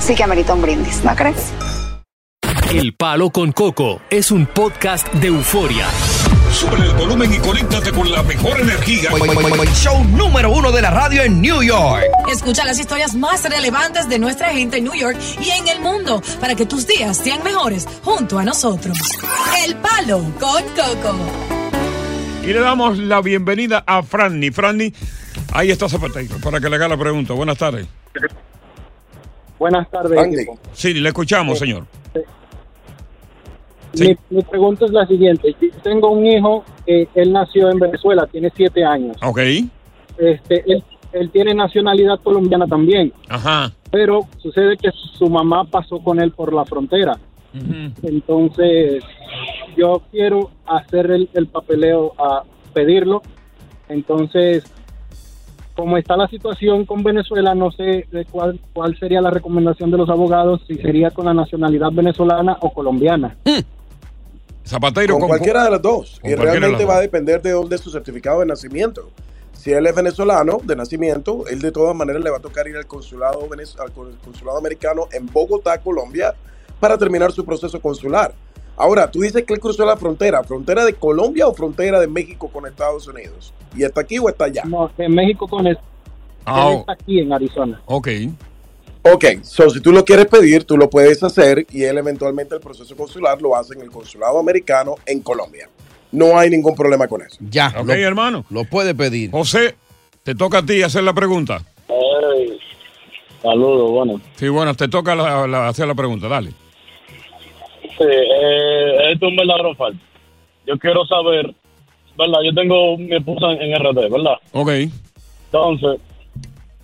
sí que amerita un brindis, ¿no crees? El Palo con Coco es un podcast de euforia. Sube el volumen y conéctate con la mejor energía. Show número uno de la radio en New York. Escucha las historias más relevantes de nuestra gente en New York y en el mundo para que tus días sean mejores junto a nosotros. El Palo con Coco. Y le damos la bienvenida a Franny. Franny, ahí está Zapatero para que le haga la pregunta. Buenas tardes. Buenas tardes. Andy. equipo. Sí, le escuchamos, señor. Sí. Eh, Mi, mi pregunta es la siguiente. Yo tengo un hijo que él nació en Venezuela, tiene siete años. Ok. Este, él, él tiene nacionalidad colombiana también, Ajá. pero sucede que su mamá pasó con él por la frontera. Ujú. Entonces, yo quiero hacer el, el papeleo a pedirlo. Entonces, como está la situación con Venezuela, no sé de cuál, cuál sería la recomendación de los abogados, si sería con la nacionalidad venezolana o colombiana. Zapatero con, cualquiera de las dos. con Y cualquiera de realmente las va a dos. depender de dónde es su certificado de nacimiento. Si él es venezolano de nacimiento, él de todas maneras le va a tocar ir al consulado, venez- al con- consulado americano en Bogotá, Colombia, para terminar su proceso consular. Ahora, tú dices que él cruzó la frontera, frontera de Colombia o frontera de México con Estados Unidos. ¿Y está aquí o está allá? No, en México con el, Ah, él está aquí en Arizona. ok. Ok, so si tú lo quieres pedir, tú lo puedes hacer y él eventualmente el proceso consular lo hace en el consulado americano en Colombia. No hay ningún problema con eso. Ya. Ok, lo- hermano. lo, puede pedir. José, te toca a ti hacer la pregunta. Saludos, bueno. Sí, bueno, te toca la- la- hacer la pregunta. Dale. Sí, eh, esto es un verdadero falso. Yo quiero saber, ¿verdad? Yo tengo mi esposa en, en RT, ¿verdad? Ok. Entonces,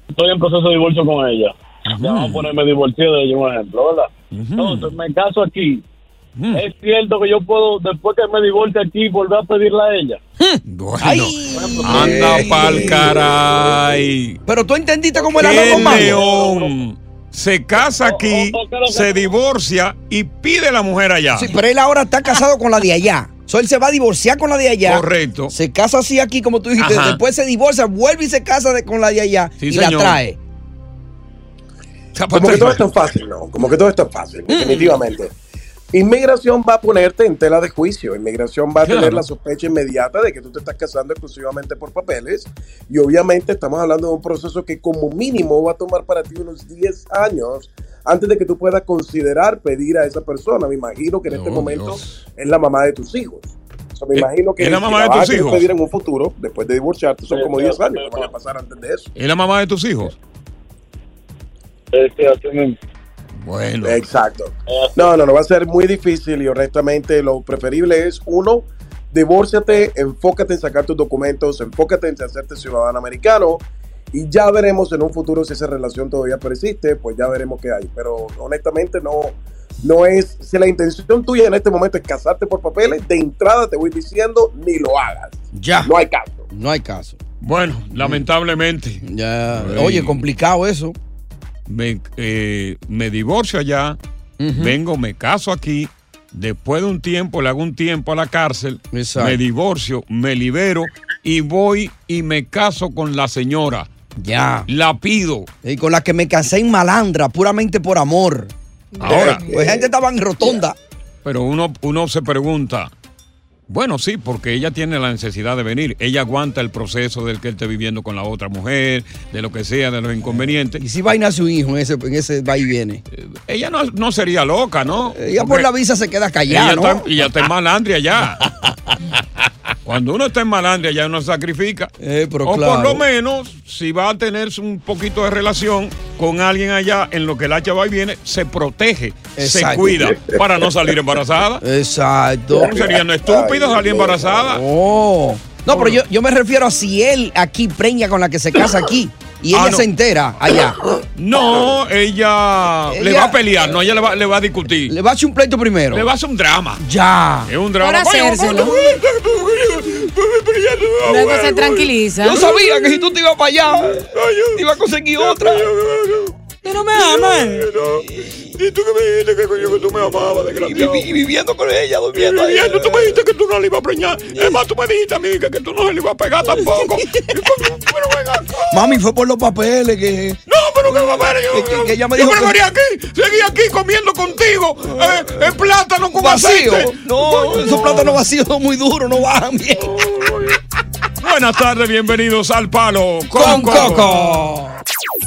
estoy en proceso de divorcio con ella. Ya vamos a ponerme divorcié de ella, un ejemplo, ¿verdad? Entonces, me caso aquí. Mm. ¿Es cierto que yo puedo, después que me divorcie aquí, volver a pedirla a ella? Bueno. Ay. Anda Ey. pa'l caray. Pero tú entendiste cómo era ¡Qué la mamá. león! Se casa aquí, se divorcia y pide la mujer allá. Sí, pero él ahora está casado con la de allá. So, él se va a divorciar con la de allá. Correcto. Se casa así aquí, como tú dijiste. Ajá. Después se divorcia, vuelve y se casa de- con la de allá. Sí, y la señor. trae. Como que todo es Zapatero. tan fácil, ¿no? Como que todo es tan fácil, definitivamente. Inmigración va a ponerte en tela de juicio. Inmigración va a Claro. tener la sospecha inmediata de que tú te estás casando exclusivamente por papeles. Y obviamente estamos hablando de un proceso que como mínimo va a tomar para ti unos 10 años antes de que tú puedas considerar pedir a esa persona. Me imagino que en este Oh, momento Dios. es la mamá de tus hijos. O sea, me Eh, imagino que ¿es la si mamá de vas a tus querer hijos? pedir en un futuro, después de divorciarte, son Eh, como 10 años que van a pasar antes de eso. ¿Es la mamá de tus hijos? Este, así mismo. Bueno. Eh, Exacto. eh, No, no, no va a ser muy difícil y honestamente lo preferible es uno, divórciate, enfócate en sacar tus documentos, enfócate en hacerte ciudadano americano y ya veremos en un futuro si esa relación todavía persiste, pues ya veremos qué hay. Pero honestamente no, no es, si la intención tuya en este momento es casarte por papeles, de entrada te voy diciendo ni lo hagas. Ya. No hay caso. No hay caso. Bueno, lamentablemente Ya. Ay. Oye, complicado eso. me, eh, me divorcio allá, Ujú. vengo, me caso aquí, después de un tiempo, le hago un tiempo a la cárcel, Exacto. me divorcio, me libero y voy y me caso con la señora. Ya. La pido. Y con la que me casé en malandra, puramente por amor. Ahora, Eh, pues, La gente estaba en rotonda. pero uno, uno se pregunta, Bueno, sí, porque ella tiene la necesidad de venir. Ella aguanta el proceso del que él esté viviendo con la otra mujer, de lo que sea, de los inconvenientes. ¿Y si vaina a su hijo en ese, en ese va y viene? Ella no, no sería loca, ¿no? Ella por Porque la visa se queda ella callada, ¿no? está, ella está en malandria ya. Cuando uno está en malandria ya uno sacrifica. Eh, pero o claro. por lo menos, si va a tener un poquito de relación con alguien allá en lo que el hacha va y viene, se protege, se Exacto. cuida para no salir embarazada. Exacto. No sería no estúpido salir embarazada. Oh. No, pero yo, yo me refiero a si él aquí preña con la que se casa aquí y Ah, ella no. se entera allá. No, ella, le Ella- va a pelear, no, ella le va, le va a discutir. Le va a hacer un pleito primero. Le va a hacer un drama. Ya. Es un drama. Por hacérselo. Luego se tranquiliza. Yo sabía que si tú te ibas para allá, te iba a conseguir otra. Tú no me eh. amas. Y tú que me dijiste que coño, que tú me amabas, Y, vivi- y viviendo con ella, durmiendo ahí. Viviendo, tú me dijiste que tú no le ibas a preñar. Es más, tú me dijiste a mí que, que tú no se le ibas a pegar tampoco. Y coño, pero ven acá. Mami, fue por los papeles que. No, pero que papá, yo, Que- que- que ella me yo dijo que- Ah. prefería aquí, seguir aquí comiendo contigo eh, el plátano con Vacío. aceite. No, esos plátanos vacíos son muy duros, no bajan bien. Buenas tardes, bienvenidos al Palo con Coco.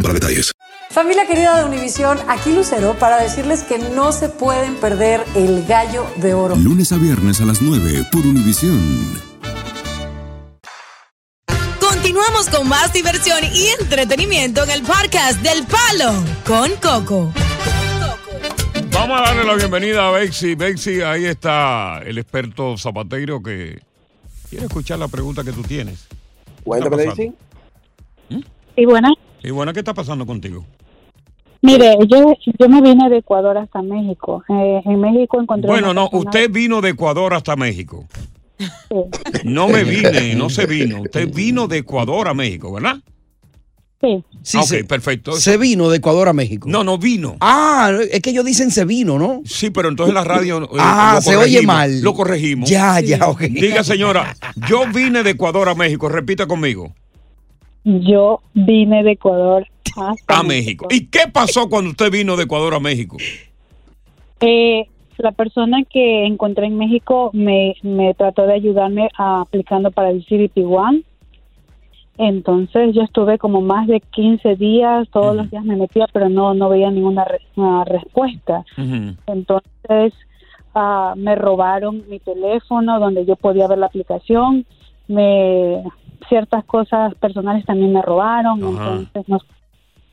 para detalles. Familia querida de Univisión, aquí Lucero para decirles que no se pueden perder el gallo de oro. Lunes a viernes a las 9 por Univisión. Continuamos con más diversión y entretenimiento en el podcast del Palo con Coco. Vamos a darle la bienvenida a Bexi. Bexi, ahí está el experto zapatero que quiere escuchar la pregunta que tú tienes. Cuéntame, Está pasando. Daisy. Sí, buenas. Y bueno, ¿qué está pasando contigo? Mire, yo, yo me vine de Ecuador hasta México. Eh, en México encontré. Bueno, una no, persona- usted vino de Ecuador hasta México. Sí, No me vine, no se vino. Usted vino de Ecuador a México, ¿verdad? sí. Sí, Ah, ok, se, perfecto. se vino de Ecuador a México. No, no vino. Ah, es que ellos dicen se vino, ¿no? Sí, pero entonces la radio. eh, ah, lo se oye corregimos, mal. Lo corregimos. Ya, ya, ok. Diga, señora, yo vine de Ecuador a México. Repita conmigo. Yo vine de Ecuador hasta. A México. ¿Y qué pasó cuando usted vino de Ecuador a México? Eh, la persona que encontré en México me, me trató de ayudarme a- aplicando para el CBP One. Entonces yo estuve como más de 15 días, todos los días me metía, pero no, no veía ninguna re- una respuesta. Ujú. Entonces ah, me robaron mi teléfono donde yo podía ver la aplicación, me ciertas cosas personales también me robaron, Ajá. entonces no,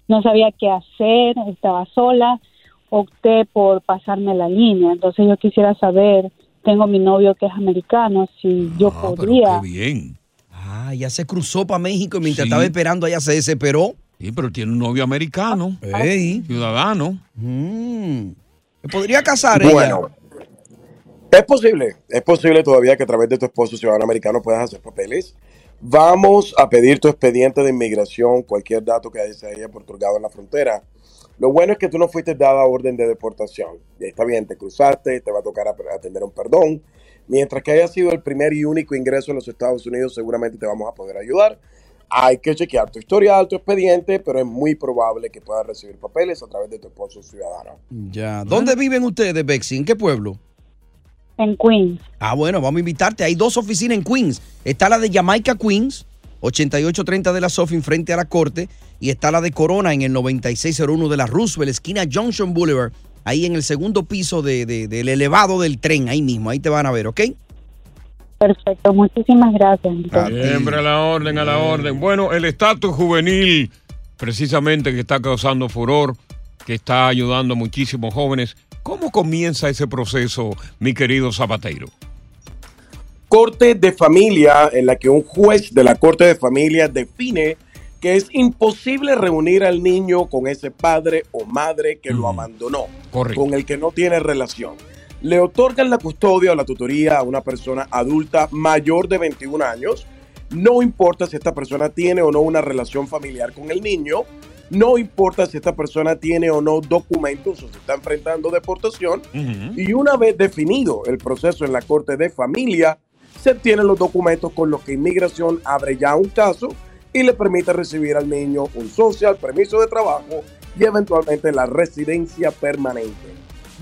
no sabía qué hacer, estaba sola, opté por pasarme la línea, entonces yo quisiera saber, tengo mi novio que es americano, si yo Ah, pero podría. qué bien. Ah, ya se cruzó para México y mientras Sí. estaba esperando allá se desesperó. Sí, pero tiene un novio americano, Ey. ciudadano. Mm. ¿Me podría casar Bueno, es posible, es posible todavía que a través de tu esposo ciudadano americano puedas hacer papeles. Vamos a pedir tu expediente de inmigración, cualquier dato que se haya otorgado en la frontera. Lo bueno es que tú no fuiste dada orden de deportación. Y está bien, te cruzaste, te va a tocar ap- atender un perdón. Mientras que haya sido el primer y único ingreso en los Estados Unidos, seguramente te vamos a poder ayudar. Hay que chequear tu historial, tu expediente, pero es muy probable que puedas recibir papeles a través de tu esposo ciudadano. ella? Ya. ¿Dónde viven ustedes, Bexi? ¿En qué pueblo? En Queens. Ah, bueno, vamos a invitarte. Hay dos oficinas en Queens. Está la de Jamaica Queens, 8830 de la Sofin frente a la corte, y está la de Corona en el 9601 de la Roosevelt, esquina Junction Boulevard, ahí en el segundo piso de- de- del elevado del tren, ahí mismo, ahí te van a ver, ¿ok? Perfecto, muchísimas gracias. entonces. Siempre a la orden, a la orden. Bueno, el estatus juvenil, precisamente que está causando furor, que está ayudando a muchísimos jóvenes. ¿Cómo comienza ese proceso, mi querido Zapateiro? corte de familia en la que un juez de la corte de familia define que es imposible reunir al niño con ese padre o madre que lo abandonó, Mm. Correcto. con el que no tiene relación. Le otorgan la custodia o la tutoría a una persona adulta mayor de 21 años. No importa si esta persona tiene o no una relación familiar con el niño. No importa si esta persona tiene o no documentos o se está enfrentando deportación. Mm-hmm. Y una vez definido el proceso en la Corte de Familia, se obtienen los documentos con los que Inmigración abre ya un caso y le permite recibir al niño un social, permiso de trabajo y eventualmente la residencia permanente.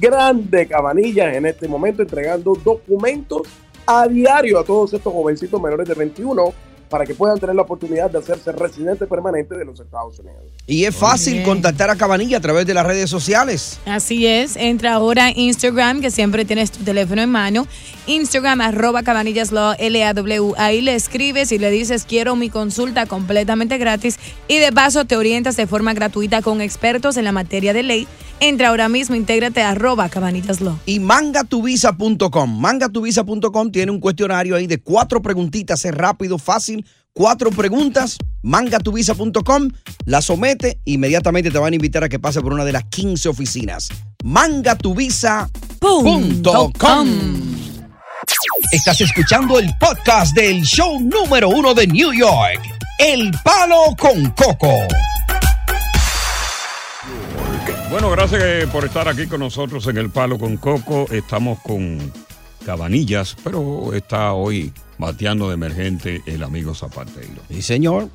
Grande Cabanillas en este momento entregando documentos a diario a todos estos jovencitos menores de 21 para que puedan tener la oportunidad de hacerse residente permanente de los Estados Unidos. Y es fácil contactar a Cabanilla a través de las redes sociales. Así es, entra ahora a Instagram, que siempre tienes tu teléfono en mano. Instagram, arroba cabanillaslaw, L-A-W. Ahí le escribes y le dices, quiero mi consulta completamente gratis. Y de paso te orientas de forma gratuita con expertos en la materia de ley. Entra ahora mismo, intégrate a arroba cabanillaslaw. Y mangatuvisa.com. Mangatuvisa.com tiene un cuestionario ahí de cuatro preguntitas. Es rápido, fácil. Cuatro preguntas. Mangatuvisa.com. La somete. Inmediatamente te van a invitar a que pase por una de las 15 oficinas. Mangatuvisa.com. Estás escuchando el podcast del show número uno de New York. El palo con coco. Bueno, gracias eh, por estar aquí con nosotros en El Palo con Coco. Estamos con Cabanillas, pero está hoy bateando de emergente el amigo Zapateiro. Sí, señor.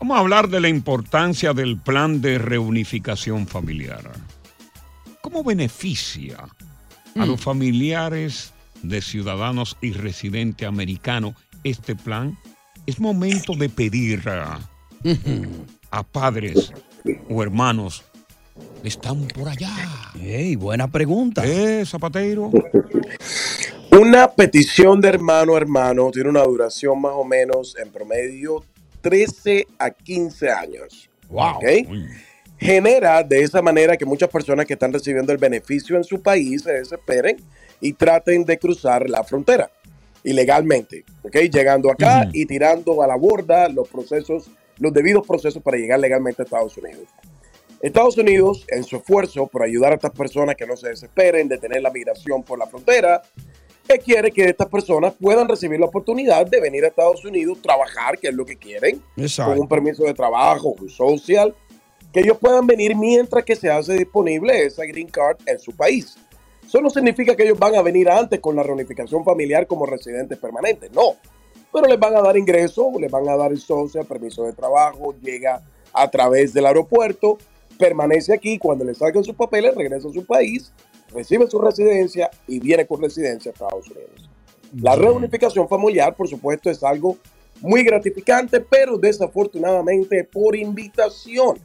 Vamos a hablar de la importancia del plan de reunificación familiar. ¿Cómo beneficia a Mm. los familiares de ciudadanos y residentes americanos este plan? Es momento de pedir a, a padres o hermanos están por allá. Ey, buena pregunta. Eh, Zapateiro. Una petición de hermano a hermano tiene una duración más o menos en promedio 13 a 15 años. Wow. Genera de esa manera que muchas personas que están recibiendo el beneficio en su país se desesperen y traten de cruzar la frontera ilegalmente, ¿ok? Llegando acá y tirando a la borda los procesos, los debidos procesos para llegar legalmente a Estados Unidos. Estados Unidos, en su esfuerzo por ayudar a estas personas que no se desesperen de tener la migración por la frontera, que quiere que estas personas puedan recibir la oportunidad de venir a Estados Unidos, trabajar, que es lo que quieren, Exacto. con un permiso de trabajo, un social, que ellos puedan venir mientras que se hace disponible esa green card en su país. Eso no significa que ellos van a venir antes con la reunificación familiar como residentes permanentes, no. Pero les van a dar ingreso, les van a dar el social, permiso de trabajo, llega a través del aeropuerto, permanece aquí, cuando le salgan sus papeles, regresa a su país, recibe su residencia y viene con residencia a Estados Unidos. La reunificación familiar, por supuesto, es algo muy gratificante, pero desafortunadamente por invitación.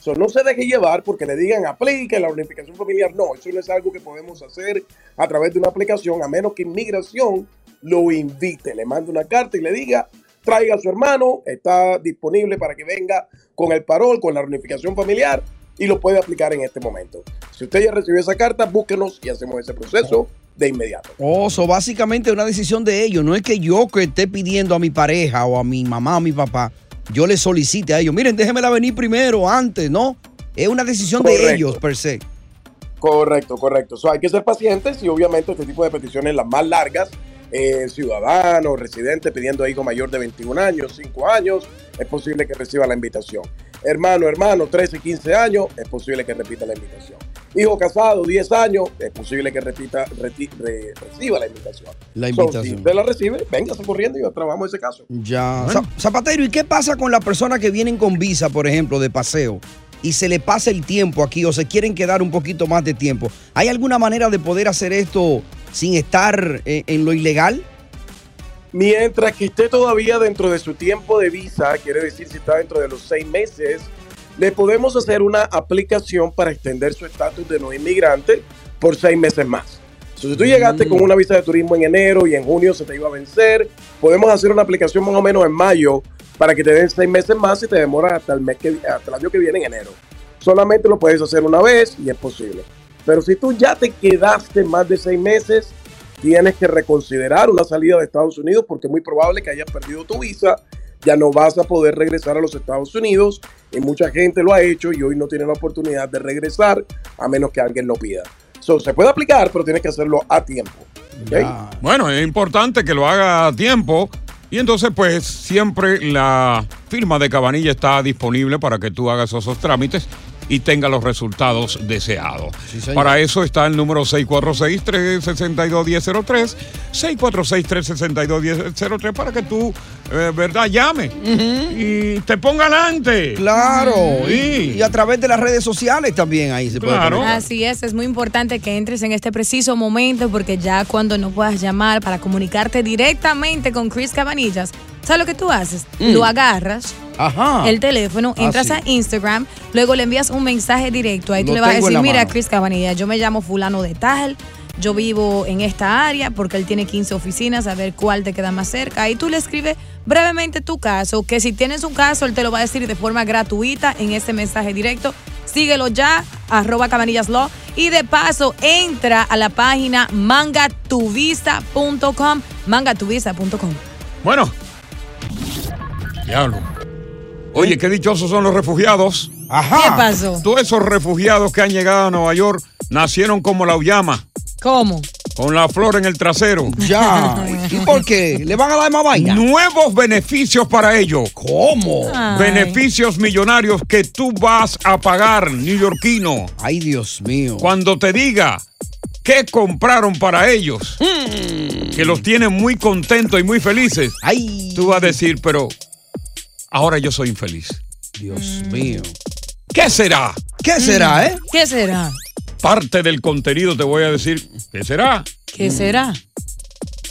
So, no se deje llevar porque le digan aplique la reunificación familiar. No, eso no es algo que podemos hacer a través de una aplicación, a menos que inmigración lo invite, le mande una carta y le diga traiga a su hermano, está disponible para que venga con el parol, con la reunificación familiar y lo puede aplicar en este momento. Si usted ya recibió esa carta, búsquenos y hacemos ese proceso de inmediato. Oh, so básicamente es una decisión de ellos. No es que yo que esté pidiendo a mi pareja o a mi mamá o a mi papá, yo le solicite a ellos, miren, déjenmela venir primero, antes, ¿no? Es una decisión de Correcto. ellos, per se. Correcto, correcto. So, hay que ser pacientes y obviamente este tipo de peticiones, las más largas, eh, ciudadanos, residentes pidiendo hijo mayor de 21 años, 5 años, es posible que reciba la invitación. Hermano, hermano, 13, 15 años, es posible que repita la invitación. Hijo casado, 10 años, es posible que repita, reti- re- reciba la invitación. La So, si invitación. usted la recibe, véngase corriendo y trabajamos ese caso. Ya. Za- Zapatero, ¿y qué pasa con las personas que vienen con visa, por ejemplo, de paseo? Y se le pasa el tiempo aquí o se quieren quedar un poquito más de tiempo. ¿Hay alguna manera de poder hacer esto sin estar eh, en lo ilegal? Mientras que esté todavía dentro de su tiempo de visa, quiere decir si está dentro de los seis meses, le podemos hacer una aplicación para extender su estatus de no inmigrante por seis meses más. So, si tú llegaste con una visa de turismo en enero y en junio se te iba a vencer, podemos hacer una aplicación más o menos en mayo para que te den seis meses más y te demoras hasta el, mes que, hasta el año que viene en enero. Solamente lo puedes hacer una vez y es posible. Pero si tú ya te quedaste más de seis meses, tienes que reconsiderar una salida de Estados Unidos porque es muy probable que hayas perdido tu visa, ya no vas a poder regresar a los Estados Unidos. Y mucha gente lo ha hecho y hoy no tiene la oportunidad de regresar a menos que alguien lo pida. So, se puede aplicar, pero tienes que hacerlo a tiempo. ¿ok? Bueno, es importante que lo haga a tiempo. Y entonces, pues, siempre la firma de Cabanilla está disponible para que tú hagas esos trámites y tengas los resultados deseados. señor. para eso está el número 646-362-1003, 646-362-1003, para que tú, eh, ¿verdad?, llame y te ponga adelante. Claro, Sí. y, y a través de las redes sociales también ahí se puede conectar. Así es, es muy importante que entres en este preciso momento porque ya cuando no puedas llamar para comunicarte directamente con Chris Cabanillas, ¿sabes lo que tú haces? Mm. Lo agarras. Ajá. El teléfono, Ah, entras sí. a Instagram, luego le envías un mensaje directo. Ahí tú Lo le vas a tengo en decir, la mira, mano. Chris Cabanillas, yo me llamo fulano de tal, yo vivo en esta área porque él tiene 15 oficinas, a ver cuál te queda más cerca. Ahí tú le escribes brevemente tu caso, que si tienes un caso, él te lo va a decir de forma gratuita en ese mensaje directo. Síguelo ya, arroba Cabanillas Law. Y de paso, entra a la página mangatuvisa.com, mangatuvisa.com. Bueno. Diablo. Oye, qué dichosos son los refugiados. Ajá. Ah. ¿Qué pasó? Todos esos refugiados que han llegado a Nueva York nacieron como la uyama. ¿Cómo? Con la flor en el trasero. Ya. ¿Y por qué? ¿Le van a dar más vaina? Nuevos beneficios para ellos. ¿Cómo? Ay. Beneficios millonarios que tú vas a pagar, neoyorquino. Ay, Dios mío. Cuando te diga qué compraron para ellos, Mm. que los tienen muy contentos y muy felices, tú vas a decir, pero ahora yo soy infeliz. Dios mío. ¿Qué será? Mm. ¿Qué será, eh? ¿Qué será? Parte del contenido te voy a decir, ¿qué será? Mm. ¿Qué será?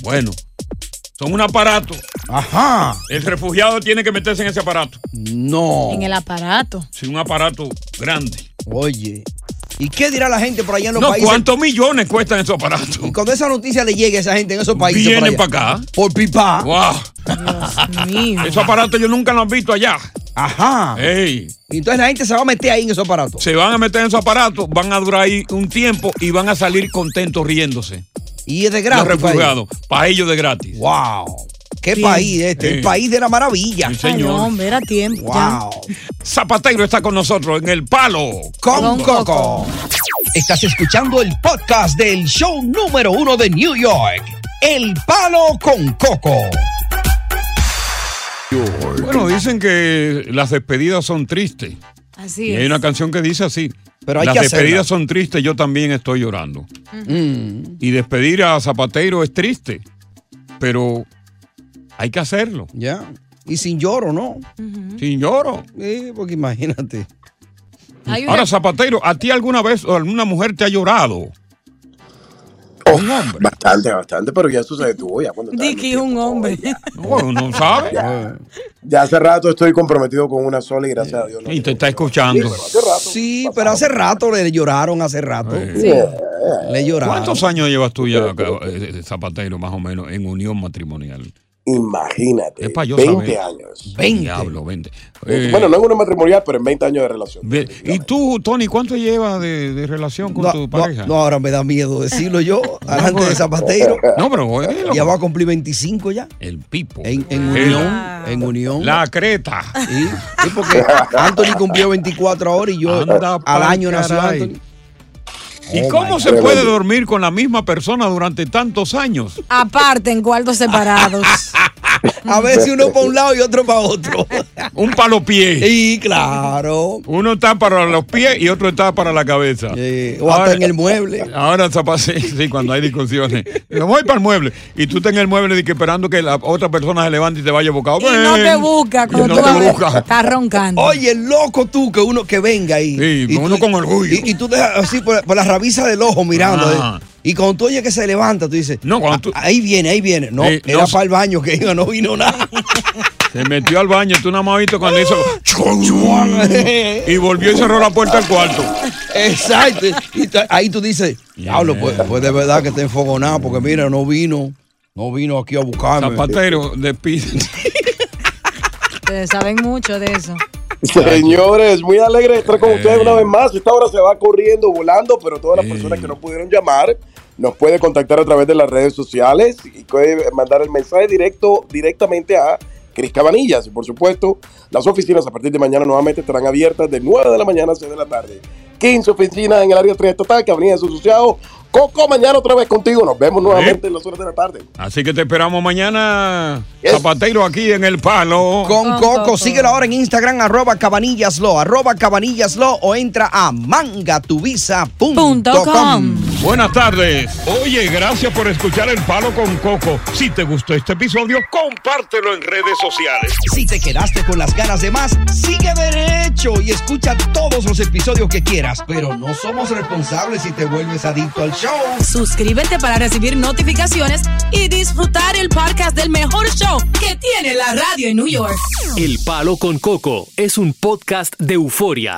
Bueno, son un aparato. Ajá. El refugiado tiene que meterse en ese aparato. No. En el aparato. Sí, un aparato grande. Oye. ¿Y qué dirá la gente por allá en los no, países? ¿cuántos millones cuestan esos aparatos? Y cuando esa noticia le llegue a esa gente en esos países. por Vienen allá. para acá. Por pipa. ¡Wow! Esos aparatos yo nunca los he visto allá. Ajá. Ey. Entonces la gente se va a meter ahí en esos aparatos. Se van a meter en esos aparatos, van a durar ahí un tiempo y van a salir contentos riéndose. Y es de gratis. Los para refugiados. Para ellos de gratis. ¡Wow! ¿Qué país este? El país de la maravilla. Sí, señor. Ay, hombre, era tiempo. ya. Zapatero está con nosotros en el palo. Con Coco. Estás escuchando el podcast del show número uno de New York. El palo con Coco. Bueno, dicen que las despedidas son tristes. Así Y es. hay una canción que dice así. Pero hay las que hacerla. despedidas son tristes, yo también estoy llorando. Mm. Y despedir a Zapatero es triste, pero hay que hacerlo. Ya. Y sin lloro, ¿no? Mm. Sin lloro. Eh, porque imagínate. Hay una- Ahora, Zapatero, ¿a ti alguna vez o alguna mujer te ha llorado? Oh, Bastante, bastante, pero ya sucede tú, ya cuando estás- Dicky es un hombre. No, no sabe. Ya hace rato estoy comprometido con una sola y gracias a Dios. Eh, Y te está escuchando. Sí, pero hace rato le lloraron, hace rato. Le lloraron. Eh, ¿Cuántos años llevas tú ya, eh, eh, Zapatero, más o menos, en unión matrimonial? Imagínate. Es para yo 20 saber. años. 20. Diablo, 20. Eh, Bueno, no en una matrimonial, pero en 20 años de relación. Bien. ¿Y tú, Tony, cuánto llevas de, de relación con No, tu no, pareja? no, ahora me da miedo decirlo yo, delante de Zapatero. No, pero oye, loco. Ya va a cumplir 25 ya. El pipo. Eh, En, en El- unión. En unión. La creta. Sí, sí, porque Anthony cumplió 24 horas y yo eh, Anda al pa'l año nació caray. Anthony. ¿Y Oh, cómo my se God. puede dormir con la misma persona durante tantos años? Aparte, en cuartos separados. A veces uno para un lado y otro para otro. Un palo pie. Sí, claro. Uno está para los pies y otro está para la cabeza. o hasta en el mueble. Ahora Zapata, sí, sí, cuando hay discusiones. Me voy para el mueble. Y tú estás en el mueble de que esperando que la otra persona se levante y te vaya buscado. Y no te busca cuando no tú te vas a ver. busca. Estás roncando. Oye, loco tú que uno que venga ahí. y uno con orgullo. Y, y tú dejas así por, por la rabiza del ojo mirando. Ah. eh. Y cuando tú oyes que se levanta, tú dices, no, cuando tú- "Ah, ahí viene, ahí viene. No, Eh, era no- para el baño que iba, no vino nada. Se metió al baño, tú nada más viste cuando hizo. y volvió y cerró la puerta al cuarto. Exacto. Y tú- ahí tú dices, diablo, pues, pues de verdad que te enfogonado, porque mira, no vino, no vino aquí a buscarme. Zapatero, despide. Ustedes saben mucho de eso. Señores, muy alegre de estar con ustedes una vez más. Esta hora se va corriendo, volando, pero todas las personas que no pudieron llamar nos puede contactar a través de las redes sociales y puede mandar el mensaje directo directamente a Cris Cabanillas. Y por supuesto, las oficinas a partir de mañana nuevamente estarán abiertas de 9 de la mañana a 6 de la tarde. 15 oficinas en el área 3 total, que Avenida de sus asociados. Coco, mañana otra vez contigo. Nos vemos nuevamente en las horas de la tarde. Así que te esperamos mañana, Zapatero, aquí en El Palo. Con Coco, síguelo ahora en Instagram, arroba cabanillaslo, arroba cabanillaslo o entra a mangatuvisa.com. Buenas tardes. Oye, gracias por escuchar El Palo con Coco. Si te gustó este episodio, compártelo en redes sociales. Si te quedaste con las ganas de más, sigue derecho y escucha todos los episodios que quieras. Pero no somos responsables si te vuelves adicto al show. Suscríbete para recibir notificaciones y disfrutar el podcast del mejor show que tiene la radio en New York. El Palo con Coco es un podcast de euforia.